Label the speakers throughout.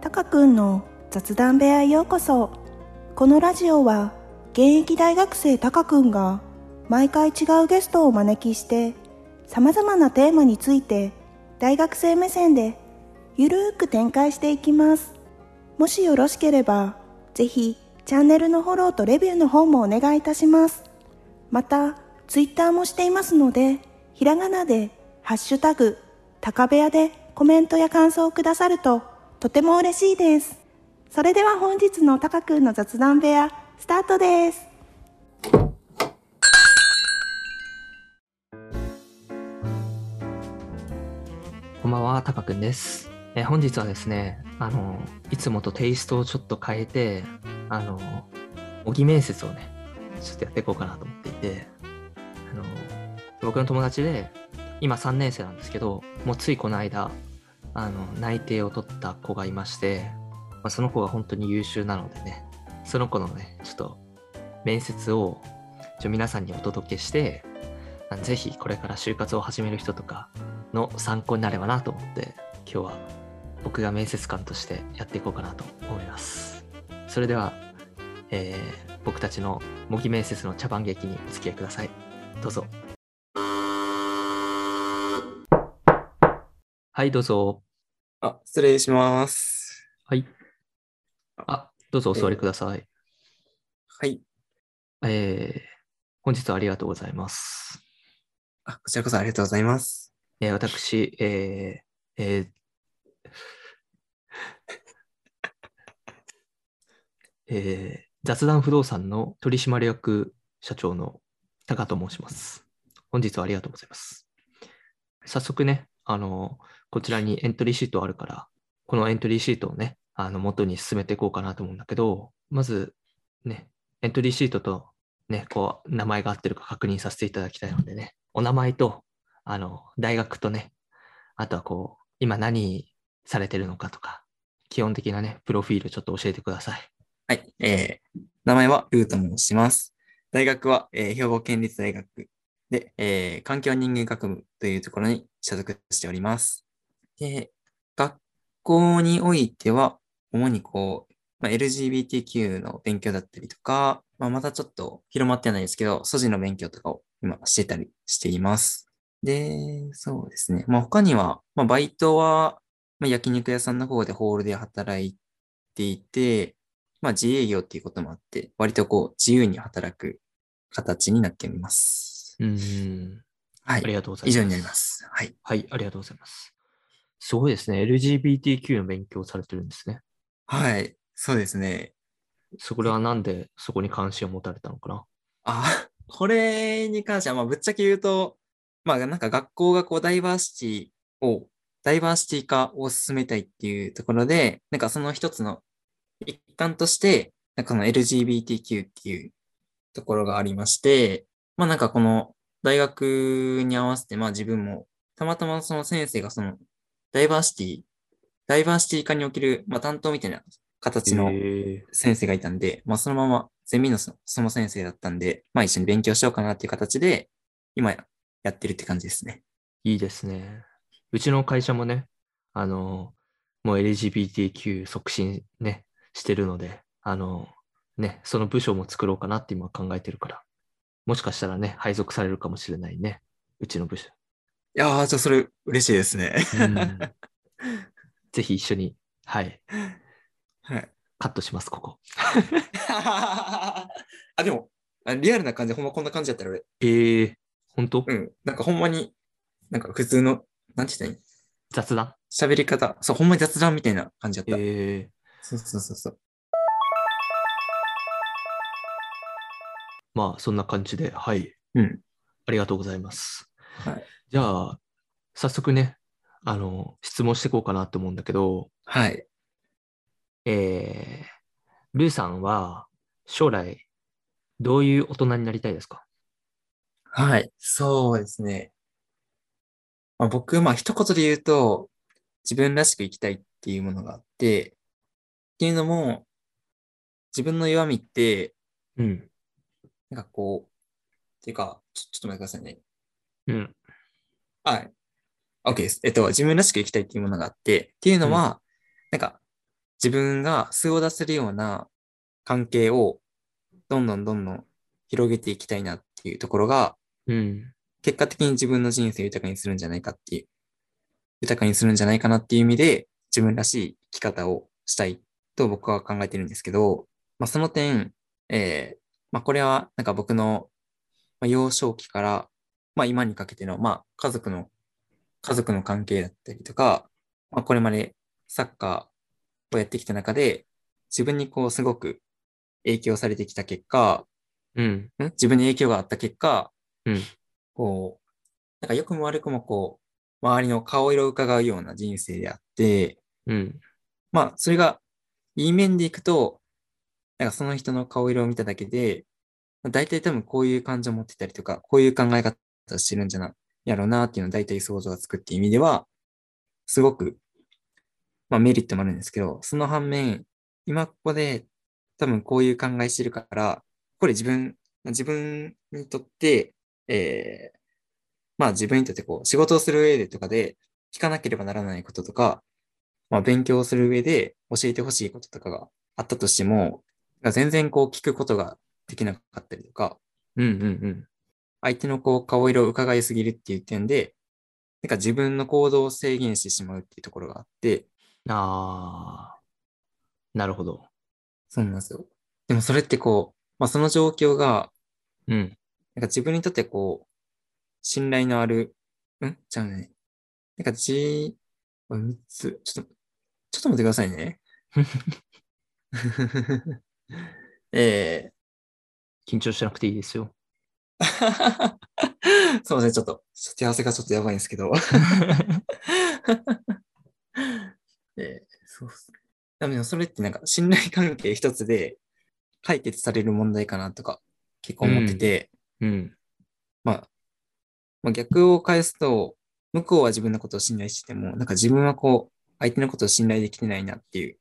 Speaker 1: たかくんの雑談部屋へようこそこのラジオは現役大学生たかくんが毎回違うゲストをお招きしてさまざまなテーマについて大学生目線でゆるーく展開していきますもしよろしければぜひチャンネルのフォローとレビューの方もお願いいたしますまたツイッターもしていますのでひらがなで「ハッシュタグ高部屋」でコメントや感想をくださるととても嬉しいですそれでは本日のたかくんの雑談部屋スタートです
Speaker 2: こんばんは、たかくんです。えー本日はですね、あの、いつもとテイストをちょっと変えて、あの、模擬面接をね、ちょっとやっていこうかなと思っていて、あの、僕の友達で、今3年生なんですけど、もうついこの間、あの、内定を取った子がいまして、まあ、その子が本当に優秀なのでね、その子のね、ちょっと面接を、ちょ皆さんにお届けして、あのぜひこれから就活を始める人とか、の参考になればなと思って今日は僕が面接官としてやっていこうかなと思いますそれでは、えー僕たちの模擬面接の茶番劇にお付き合いくださいどうぞはいどうぞ
Speaker 3: あ、失礼します。
Speaker 2: はいあどうぞお座りください
Speaker 3: はい。
Speaker 2: えー本日はありがとうございます
Speaker 3: あ、こちらこそありがとうございます。
Speaker 2: えー私、えーえーえー雑談不動産の取締役社長の高と申します。本日はありがとうございます。早速ね、あの、こちらにエントリーシートあるから、このエントリーシートをね、あの元に進めていこうかなと思うんだけど、まず、ね、エントリーシートと、ね、こう、名前が合ってるか確認させていただきたいのでね、お名前と、あの、大学とね、あとはこう、今何されてるのかとか、基本的なね、プロフィールちょっと教えてください。
Speaker 3: はい。えー、名前はルーと申します。大学は、えー兵庫県立大学で、えー環境人間学部というところに所属しております。で、学校においては、主にこう、まあ、LGBTQ の勉強だったりとか、まあ、またちょっと広まってはないですけど、素地の勉強とかを今してたりしています。で、そうですね。まあ、他には、まあ、バイトは、まあ、焼肉屋さんの方でホールで働いていて、まあ、自営業っていうこともあって、割とこう、自由に働く形になっております。
Speaker 2: うーん、
Speaker 3: は
Speaker 2: あり
Speaker 3: い。
Speaker 2: がとうございます。
Speaker 3: 以上になりま。す。はい。
Speaker 2: はい、ありがとうございます。すごいですね。LGBTQ の勉強をされてるんですね。
Speaker 3: はい。そうですね。
Speaker 2: そこはなんでそこに関心を持たれたのかな。
Speaker 3: あ、 これに関しては、まあ、ぶっちゃけ言うと、まあ、なんか学校がこう、ダイバーシティを、ダイバーシティ化を進めたいっていうところで、なんかその一つの一環として、なんかこの LGBTQ っていうところがありまして、まあなんかこの大学に合わせて、まあ自分も、たまたまその先生がその、ダイバーシティ、ダイバーシティ化における、まあ担当みたいな形の、
Speaker 2: え
Speaker 3: 先生がいたんで、まあ、そのままゼミのそその先生だったんで、まあ、一緒に勉強しようかなっていう形で、今やってるって感じですね。
Speaker 2: いいですね。うちの会社もね、あの、もう LGBTQ 促進ね、してるので、あの、ね、その部署も作ろうかなって今考えてるから、もしかしたらね、配属されるかもしれないね、うちの部署。
Speaker 3: いやー、ちょっとそれ嬉しいですね。
Speaker 2: うん、ぜひ一緒に、はい、
Speaker 3: はい。
Speaker 2: カットします、ここ。
Speaker 3: あ、でも、あリアルな感じ、ほんまこんな感じだったら俺。
Speaker 2: ええ本当、
Speaker 3: うん。なんかほんまに、なんか普通の、なんて言ったらいい
Speaker 2: 雑談
Speaker 3: 喋り方。そう、ほんまに雑談みたいな感じだった。
Speaker 2: ええ
Speaker 3: そうそうそうそう。
Speaker 2: まあ、そんな感じで、はい。
Speaker 3: うん。
Speaker 2: ありがとうございます。
Speaker 3: はい。
Speaker 2: じゃあ、早速ね、あの、質問していこうかなと思うんだけど、
Speaker 3: はい。
Speaker 2: えー、ルーさんは将来どういう大人になりたいですか
Speaker 3: はい、そうですね。まあ、僕、まあ一言で言うと、自分らしく生きたいっていうものがあって、っていうのも、自分の弱みって、
Speaker 2: うん。
Speaker 3: なんかこう、っていうか、ちょ、ちょっと待ってくださいね。
Speaker 2: うん。
Speaker 3: はい。OK です。えっと、自分らしく生きたいっていうものがあって、っていうのは、なんか、自分が素を出せるような関係をどんどんどんどん広げていきたいなっていうところが、
Speaker 2: うん。
Speaker 3: 結果的に自分の人生を豊かにするんじゃないかっていう、豊かにするんじゃないかなっていう意味で、自分らしい生き方をしたいと僕は考えてるんですけど、まあ、その点、えーまあ、これはなんか僕のまあ幼少期から、まあ、今にかけての、まあ、家族の、家族の関係だったりとか、まあ、これまでサッカーをやってきた中で、自分にこうすごく影響されてきた結果、
Speaker 2: うん。
Speaker 3: ん自分に影響があった結果、
Speaker 2: うん
Speaker 3: こう、なんか良くも悪くもこう、周りの顔色を伺うような人生であって、
Speaker 2: うん。
Speaker 3: まあ、それが、いい面でいくと、なんかその人の顔色を見ただけで、まあ大体多分こういう感情を持ってたりとか、こういう考え方してるんじゃな、やろうなっていうのを大体想像がつくっていう意味では、すごく、まあメリットもあるんですけど、その反面、今ここで多分こういう考えしてるから、これ自分、まあ自分にとって、えーまあ自分にとってこう、仕事をする上でとかで、聞かなければならないこととか、まあ、勉強する上で教えてほしいこととかがあったとしても、全然こう聞くことができなかったりとか、
Speaker 2: うん。うん。
Speaker 3: 相手のこう顔色を伺いすぎるっていう点で、なんか自分の行動を制限してしまうっていうところがあって、
Speaker 2: ああ。なるほど。
Speaker 3: そうなんですよ。でもそれってこう、まあ、その状況が、
Speaker 2: うん。
Speaker 3: なんか自分にとってこう、信頼のある、んちゃうね。なんかじ、これ3つ、ちょっと、ちょっと待ってくださいね。 えー、
Speaker 2: 緊張しなくていいですよ。
Speaker 3: そうですね、ちょっと、手合わせがちょっとやばいんですけど。えーそうっすね。でもそれってなんか信頼関係一つで解決される問題かなとか結構思ってて、
Speaker 2: うん。
Speaker 3: まあ、まあ、逆を返すと、向こうは自分のことを信頼してても、なんか自分はこう、相手のことを信頼できてないなっていう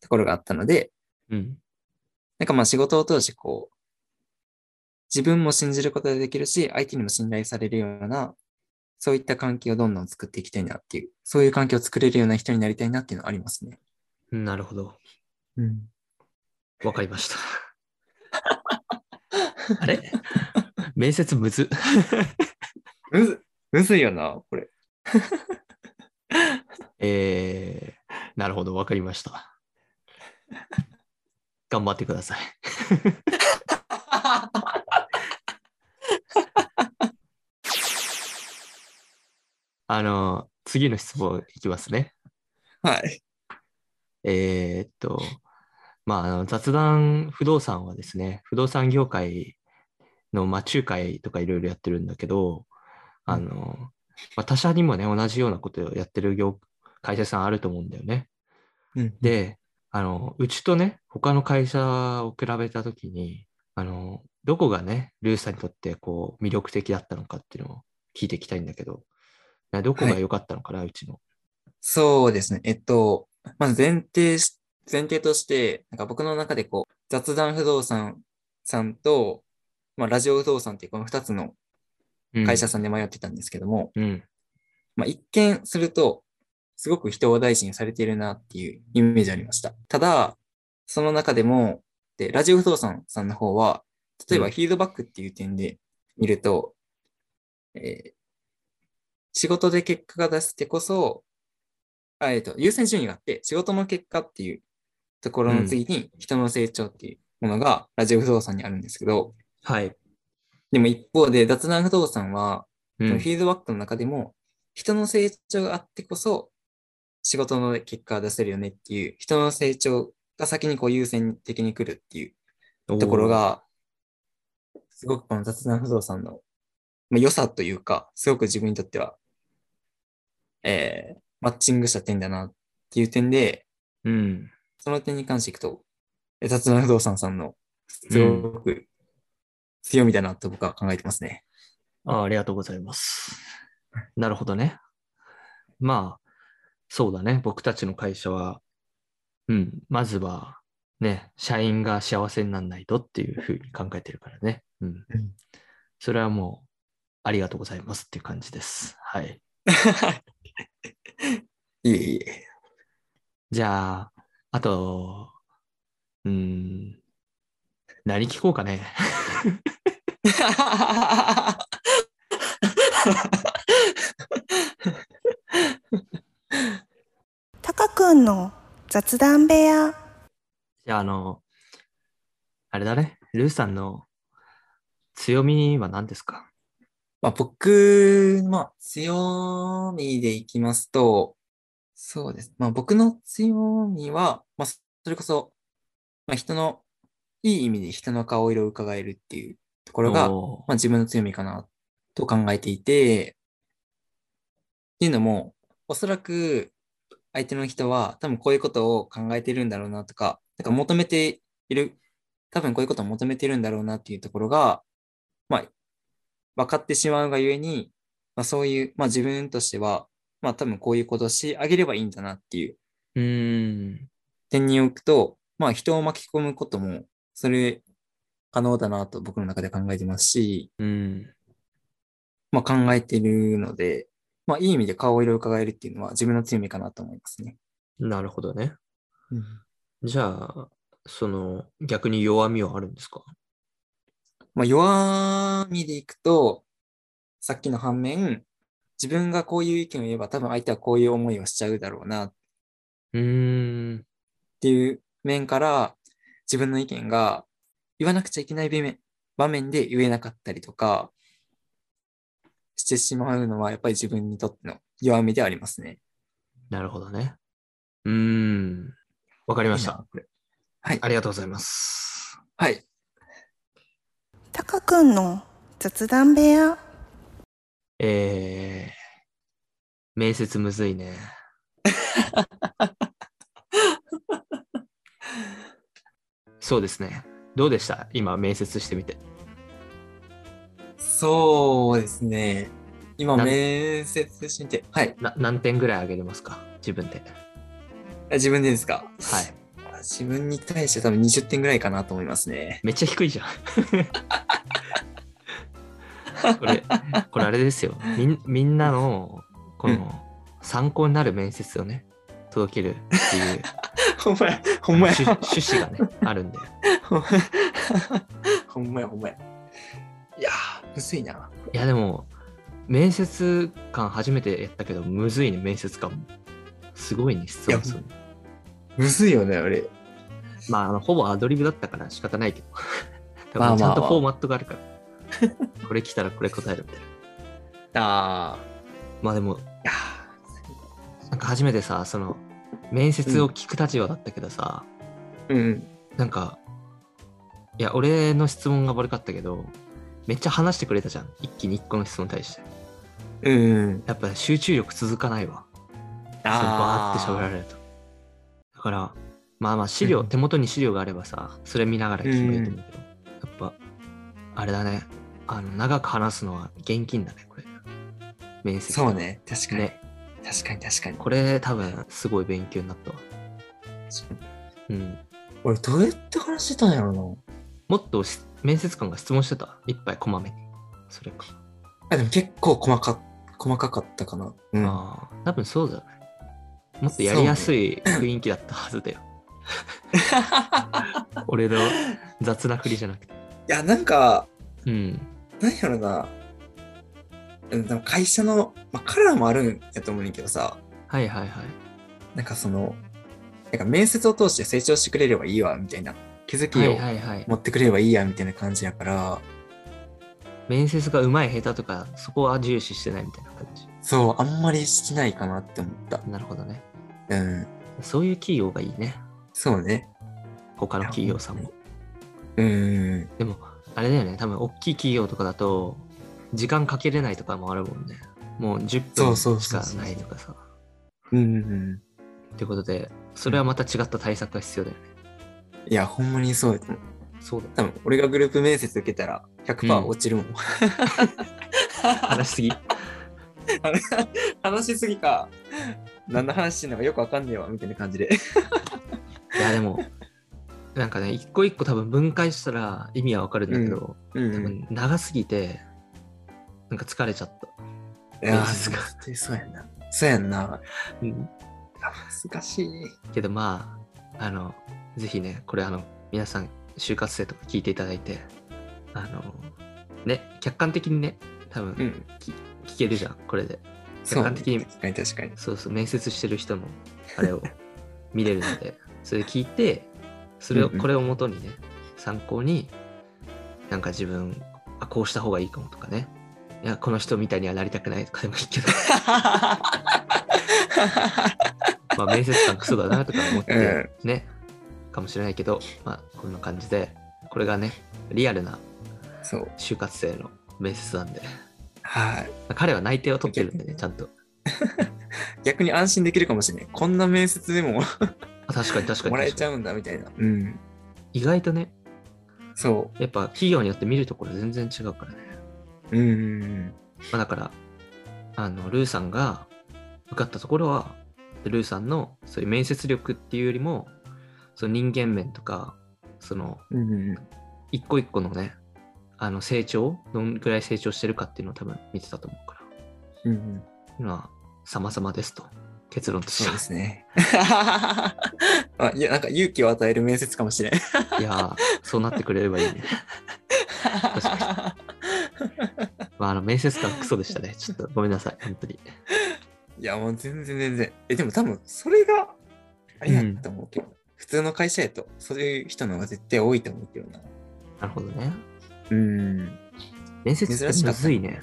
Speaker 3: ところがあったので、
Speaker 2: うん。
Speaker 3: なんかまあ仕事を通してこう、自分も信じることができるし、相手にも信頼されるような、そういった関係をどんどん作っていきたいなっていう、そういう環境を作れるような人になりたいなっていうのはありますね。
Speaker 2: なるほど。
Speaker 3: うん。
Speaker 2: わかりました。あれ面接むず。
Speaker 3: むず、むずいよな、これ。
Speaker 2: えー、なるほど、わかりました。頑張ってください。あの、次の質問いきますね。
Speaker 3: はい。
Speaker 2: えーっと、まあ、あの雑談不動産はですね、不動産業界の、まあ、仲介とかいろいろやってるんだけど、あの、まあ、他社にもね、同じようなことをやってる業会社さんあると思うんだよね。
Speaker 3: うん、
Speaker 2: で、あの、うちとね、他の会社を比べたときに、あの、どこがね、ルーさんにとってこう魅力的だったのかっていうのを聞いていきたいんだけど、などこが良かったのかな、うちの。
Speaker 3: そうですね。えっと、まず前提し、前提として、なんか僕の中でこう、雑談不動産さんと、まあ、ラジオ不動産っていうこの2つの
Speaker 2: うん
Speaker 3: 会社さんで迷ってたんですけども、
Speaker 2: うん。
Speaker 3: まあ、一見すると、すごく人を大事にされているなっていうイメージありました。ただ、その中でも、でラジオ不動産さんの方は、例え
Speaker 2: う
Speaker 3: ば
Speaker 2: ん
Speaker 3: フィードバックっていう点で見ると、えー仕事で結果が出せてこそ、あえっと優先順位があって、仕事の結果っていうところの次に人の成長っていうものがラジオ不動産にあるんですけど、
Speaker 2: はい。
Speaker 3: でも一方で雑談不動産は、
Speaker 2: う
Speaker 3: そ
Speaker 2: ん
Speaker 3: のフィードバックの中でも、人の成長があってこそ、仕事の結果が出せるよねっていう、人の成長が先にこう優先的に来るっていうところ、が、すごくこの雑談不動産のまあ良さというか、すごく自分にとっては、えー、マッチングした点だなっていう点で、
Speaker 2: おーうん。
Speaker 3: その点に関していくと、え雑談不動産さんのすごく強みだなと僕は考えてますね。
Speaker 2: あありがとうございます。なるほどね。まあ、そうだね。僕たちの会社は、うん、まずは、ね、社員が幸せにならないとっていうふうに考えてるからね。うん。
Speaker 3: うん
Speaker 2: それはもう、ありがとうございますっていう感じです。はい。
Speaker 3: いえいえ。
Speaker 2: じゃあ、あと、うーん、何聞こうかね。
Speaker 1: タカくんの雑談部屋。
Speaker 2: じゃあ、あの、あれだね、ルーさんの強みは何ですか
Speaker 3: まあ、僕、まあ、強みでいきますと、そうです。まあ、僕の強みは、まあ、それこそ、まあ、人の、いい意味で人の顔色を伺えるっていうところが、
Speaker 2: おー
Speaker 3: まあ、自分の強みかなと考えていて、っていうのも、おそらく相手の人は多分こういうことを考えてるんだろうなとか、なんか求めている、多分こういうことを求めてるんだろうなっていうところが、まあ、分かってしまうがゆえに、まあ、そういう、まあ自分としては、まあ多分こういうことをしてあげればいいんだなっていう
Speaker 2: うーん、
Speaker 3: 点に置くと、まあ人を巻き込むことも、それ可能だなと僕の中で考えてますし、
Speaker 2: うん、
Speaker 3: まあ、考えてるので、まあ、いい意味で顔色を伺えるっていうのは自分の強みかなと思いますね。
Speaker 2: なるほどね。
Speaker 3: うん、
Speaker 2: じゃあ、その逆に弱みはあるんですか
Speaker 3: まあ、弱みでいくと、さっきの反面、自分がこういう意見を言えば多分相手はこういう思いをしちゃうだろうなっ
Speaker 2: うーん、
Speaker 3: ていう面から、自分の意見が言わなくちゃいけない場面場面で言えなかったりとか、してしまうのはやっぱり自分にとっての弱みではありますね。
Speaker 2: なるほどね。うーん、わかりまし
Speaker 3: いい
Speaker 2: た
Speaker 3: な。これはい
Speaker 2: あ。りがとうございます。
Speaker 3: はい。
Speaker 1: タカくんの雑談部屋。
Speaker 2: えー、面接むずい ね。そうですね。どうでした今、面接してみて。
Speaker 3: そうですね。今、
Speaker 2: なん
Speaker 3: 面接してみて、はい。
Speaker 2: な何点ぐらい上げれますか自分で。
Speaker 3: あ自分でです
Speaker 2: は
Speaker 3: か
Speaker 2: い。
Speaker 3: 自分に対して多分20点ぐらいかなと思いますね。
Speaker 2: めっちゃ低いじゃん。これ、これあれですよ。みんみんなの、こ
Speaker 3: うん
Speaker 2: の、参考になる面接をね、届けるっていう、
Speaker 3: ほんまや、 ほんまや。
Speaker 2: 趣趣旨がね、あるんで。
Speaker 3: ほんまや、ほんまや。ほんまやいやー、むずいな。
Speaker 2: いやでも面接官初めてやったけどむずいね面接官もすごいね質問するの
Speaker 3: むずいよね、俺。
Speaker 2: まああのほぼアドリブだったから仕方ないけど多
Speaker 3: まあまあ
Speaker 2: 分ち
Speaker 3: まあ
Speaker 2: ゃんとフォーマットがあるから、これ来たらこれ答えるみたいな
Speaker 3: あ
Speaker 2: まあでも
Speaker 3: ー。いや
Speaker 2: なんか初めてさその面接を聞く立場だったけどさ、
Speaker 3: ーうん。
Speaker 2: なんかいや俺の質問が悪かったけどめっちゃ話してくれたじゃん一気に1個の質問に対して
Speaker 3: うん。
Speaker 2: やっぱ集中力続かないわそれバーって喋られると。だから、まあまあ資料、
Speaker 3: うん
Speaker 2: 手元に資料があればさ、それ見ながら聞くと思うけど、やっぱ、あれだね、あの、長く話すのは現金だね、これ。面接。
Speaker 3: そう。ね。確かに。
Speaker 2: ね。
Speaker 3: 確かに、確かに。
Speaker 2: これ多分、すごい勉強になったわ。うん。
Speaker 3: 俺、どうやって話してたんやろう
Speaker 2: もっとし面接官が質問してた。いっぱいこまめに。それか。
Speaker 3: な。あ、でも結構細か、細かかったかな。うん。
Speaker 2: ああ、多分そうだね。もっとやりやすい 雰囲気だったはずだよ。俺の雑な振りじゃなくて。
Speaker 3: いや、なんか、
Speaker 2: うん。
Speaker 3: なんやろな。うんでも会社の、まあ、カラーもあるんやと思うねんけどさ、
Speaker 2: はいはいはい。
Speaker 3: なんかその、なんか面接を通して成長してくれればいいわ、みたいな。気づき
Speaker 2: は
Speaker 3: を
Speaker 2: いはいはい。
Speaker 3: 持ってくれればいいや、みたいな感じやから、
Speaker 2: 面接がうまい下手とか、そこは重視してないみたいな感じ。
Speaker 3: そう、あんまりしてないかなって思った。
Speaker 2: なるほどね。
Speaker 3: うん。
Speaker 2: そういう企業がいいね。
Speaker 3: そうね。
Speaker 2: 他の企業さんも。
Speaker 3: うん。
Speaker 2: でも、あれだよね。多分、大きい企業とかだと、時間かけれないとかもあるもんね。もう10
Speaker 3: そう
Speaker 2: 分
Speaker 3: そう
Speaker 2: し
Speaker 3: そう
Speaker 2: か
Speaker 3: そう
Speaker 2: ないとかさ。
Speaker 3: うんうん。
Speaker 2: ということで、それはまた違った対策が必要だよね。
Speaker 3: いや、ほんまにそうやと思う。
Speaker 2: そうだよ。
Speaker 3: 多分、俺がグループ面接受けたら100%
Speaker 2: うん
Speaker 3: 落ちるもん。
Speaker 2: 話しすぎ。
Speaker 3: 話しすぎか。何の話してんのかよくわかんねえわ、みたいな感じで。
Speaker 2: いや、でも、なんかね、一個一個多分分解したら意味はわかるんだけど、
Speaker 3: うん
Speaker 2: 多分長すぎて、なんか疲れちゃった。
Speaker 3: いや
Speaker 2: 面接官
Speaker 3: ー、そうやな。そうやんな。
Speaker 2: うん
Speaker 3: 難しい。
Speaker 2: けどまああの、ぜひね、これあの、皆さん、就活生とか聞いていただいて、あの、ね、客観的にね、多分、
Speaker 3: うん。
Speaker 2: 聞けるじゃん、これで。
Speaker 3: そう。
Speaker 2: 客観的に
Speaker 3: 確かに確かに。
Speaker 2: そうそう、面接してる人のあ れを見れるので、それ聞いて、それを、
Speaker 3: うんうん
Speaker 2: これをもとにね、参考に、なんか自分、あ、こうした方がいいかもとかね。いや、この人みたいにはなりたくないとかでもいいけど、 まあ面接官クソだなとか思って、ね、かもしれないけど、まあこんな感じで、これがね、リアルな
Speaker 3: そう。
Speaker 2: 就活生の面接なんで、
Speaker 3: はい。
Speaker 2: 彼は内定を取ってるんでね、ちゃんと。
Speaker 3: 逆に安心できるかもしれない。こんな面接でも
Speaker 2: あ確かに確かに
Speaker 3: もらえ
Speaker 2: 確
Speaker 3: ち
Speaker 2: か
Speaker 3: ゃうんだみたいな。うん。
Speaker 2: に。意外とね、
Speaker 3: そ
Speaker 2: やっぱ企業によって見るところ全然違うからね。
Speaker 3: う。うん。
Speaker 2: まあ、だから、あの、ルーさんが受かったところは、ルーさんのそういう面接力っていうよりも、その人間面とか、その、
Speaker 3: うん。
Speaker 2: 一個一個のね、あの、成長、どんぐらい成長してるかっていうのを多分見てたと思うから、
Speaker 3: うん。
Speaker 2: 今は様々ですと、結論とし
Speaker 3: そうで
Speaker 2: て
Speaker 3: すね。あいや、なんか勇気を与える面接かもしれん。
Speaker 2: は。いやー、そうなってくれればいいね。まあ、あの、面接官クソでしたね。ちょっとごめんなさい、本当に。
Speaker 3: いや、もう全然全然。え、でも多分、それが、あれやと思うけど、普通の会社やと、そういう人の方が絶対多いと思うけどな。
Speaker 2: なるほどね。
Speaker 3: うん。い
Speaker 2: 面接って
Speaker 3: 珍しか
Speaker 2: む
Speaker 3: った
Speaker 2: ずいね。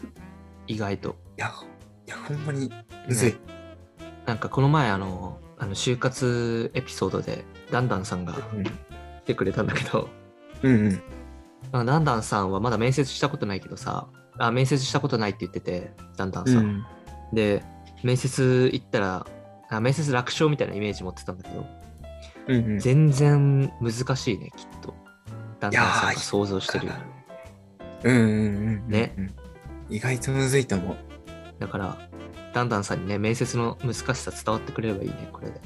Speaker 2: 意外と。
Speaker 3: や、ほいや、ほんまに、むずい。
Speaker 2: なんかこの前あの、あの就活エピソードでダンダンさんが来てくれたんだけど、
Speaker 3: うん。うんうん。
Speaker 2: あダンダンさんはまだ面接したことないけどさ、あ面接したことないって言ってて、ダンダン
Speaker 3: う
Speaker 2: さん。
Speaker 3: ん。
Speaker 2: で、面接行ったら、あ面接楽勝みたいなイメージ持ってたんだけど、
Speaker 3: うんうん。
Speaker 2: 全然難しいね、きっと。ダンダンさん
Speaker 3: いやー
Speaker 2: が想像してるより。
Speaker 3: うんうんうんうん。
Speaker 2: ね。
Speaker 3: 意外とむずいと思う。
Speaker 2: だから、ダンダンさんにね、面接の難しさ伝わってくれればいいね、これで。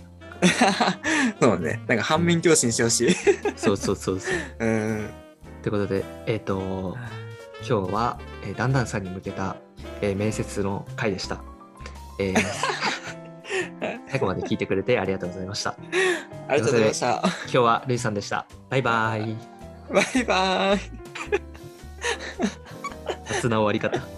Speaker 3: そうね。なんか反面教師にしてほしい。
Speaker 2: そうそうそうそう。
Speaker 3: うん。
Speaker 2: ということで、えっ、と、今日は、えー、ダンダンさんに向けた、えー面接の回でした、えー最後まで聞いてくれてありがとうございました
Speaker 3: ありがとうございました。
Speaker 2: 今日はルイさんでしたバイバイ
Speaker 3: バイバーイ。
Speaker 2: 雑な終わり方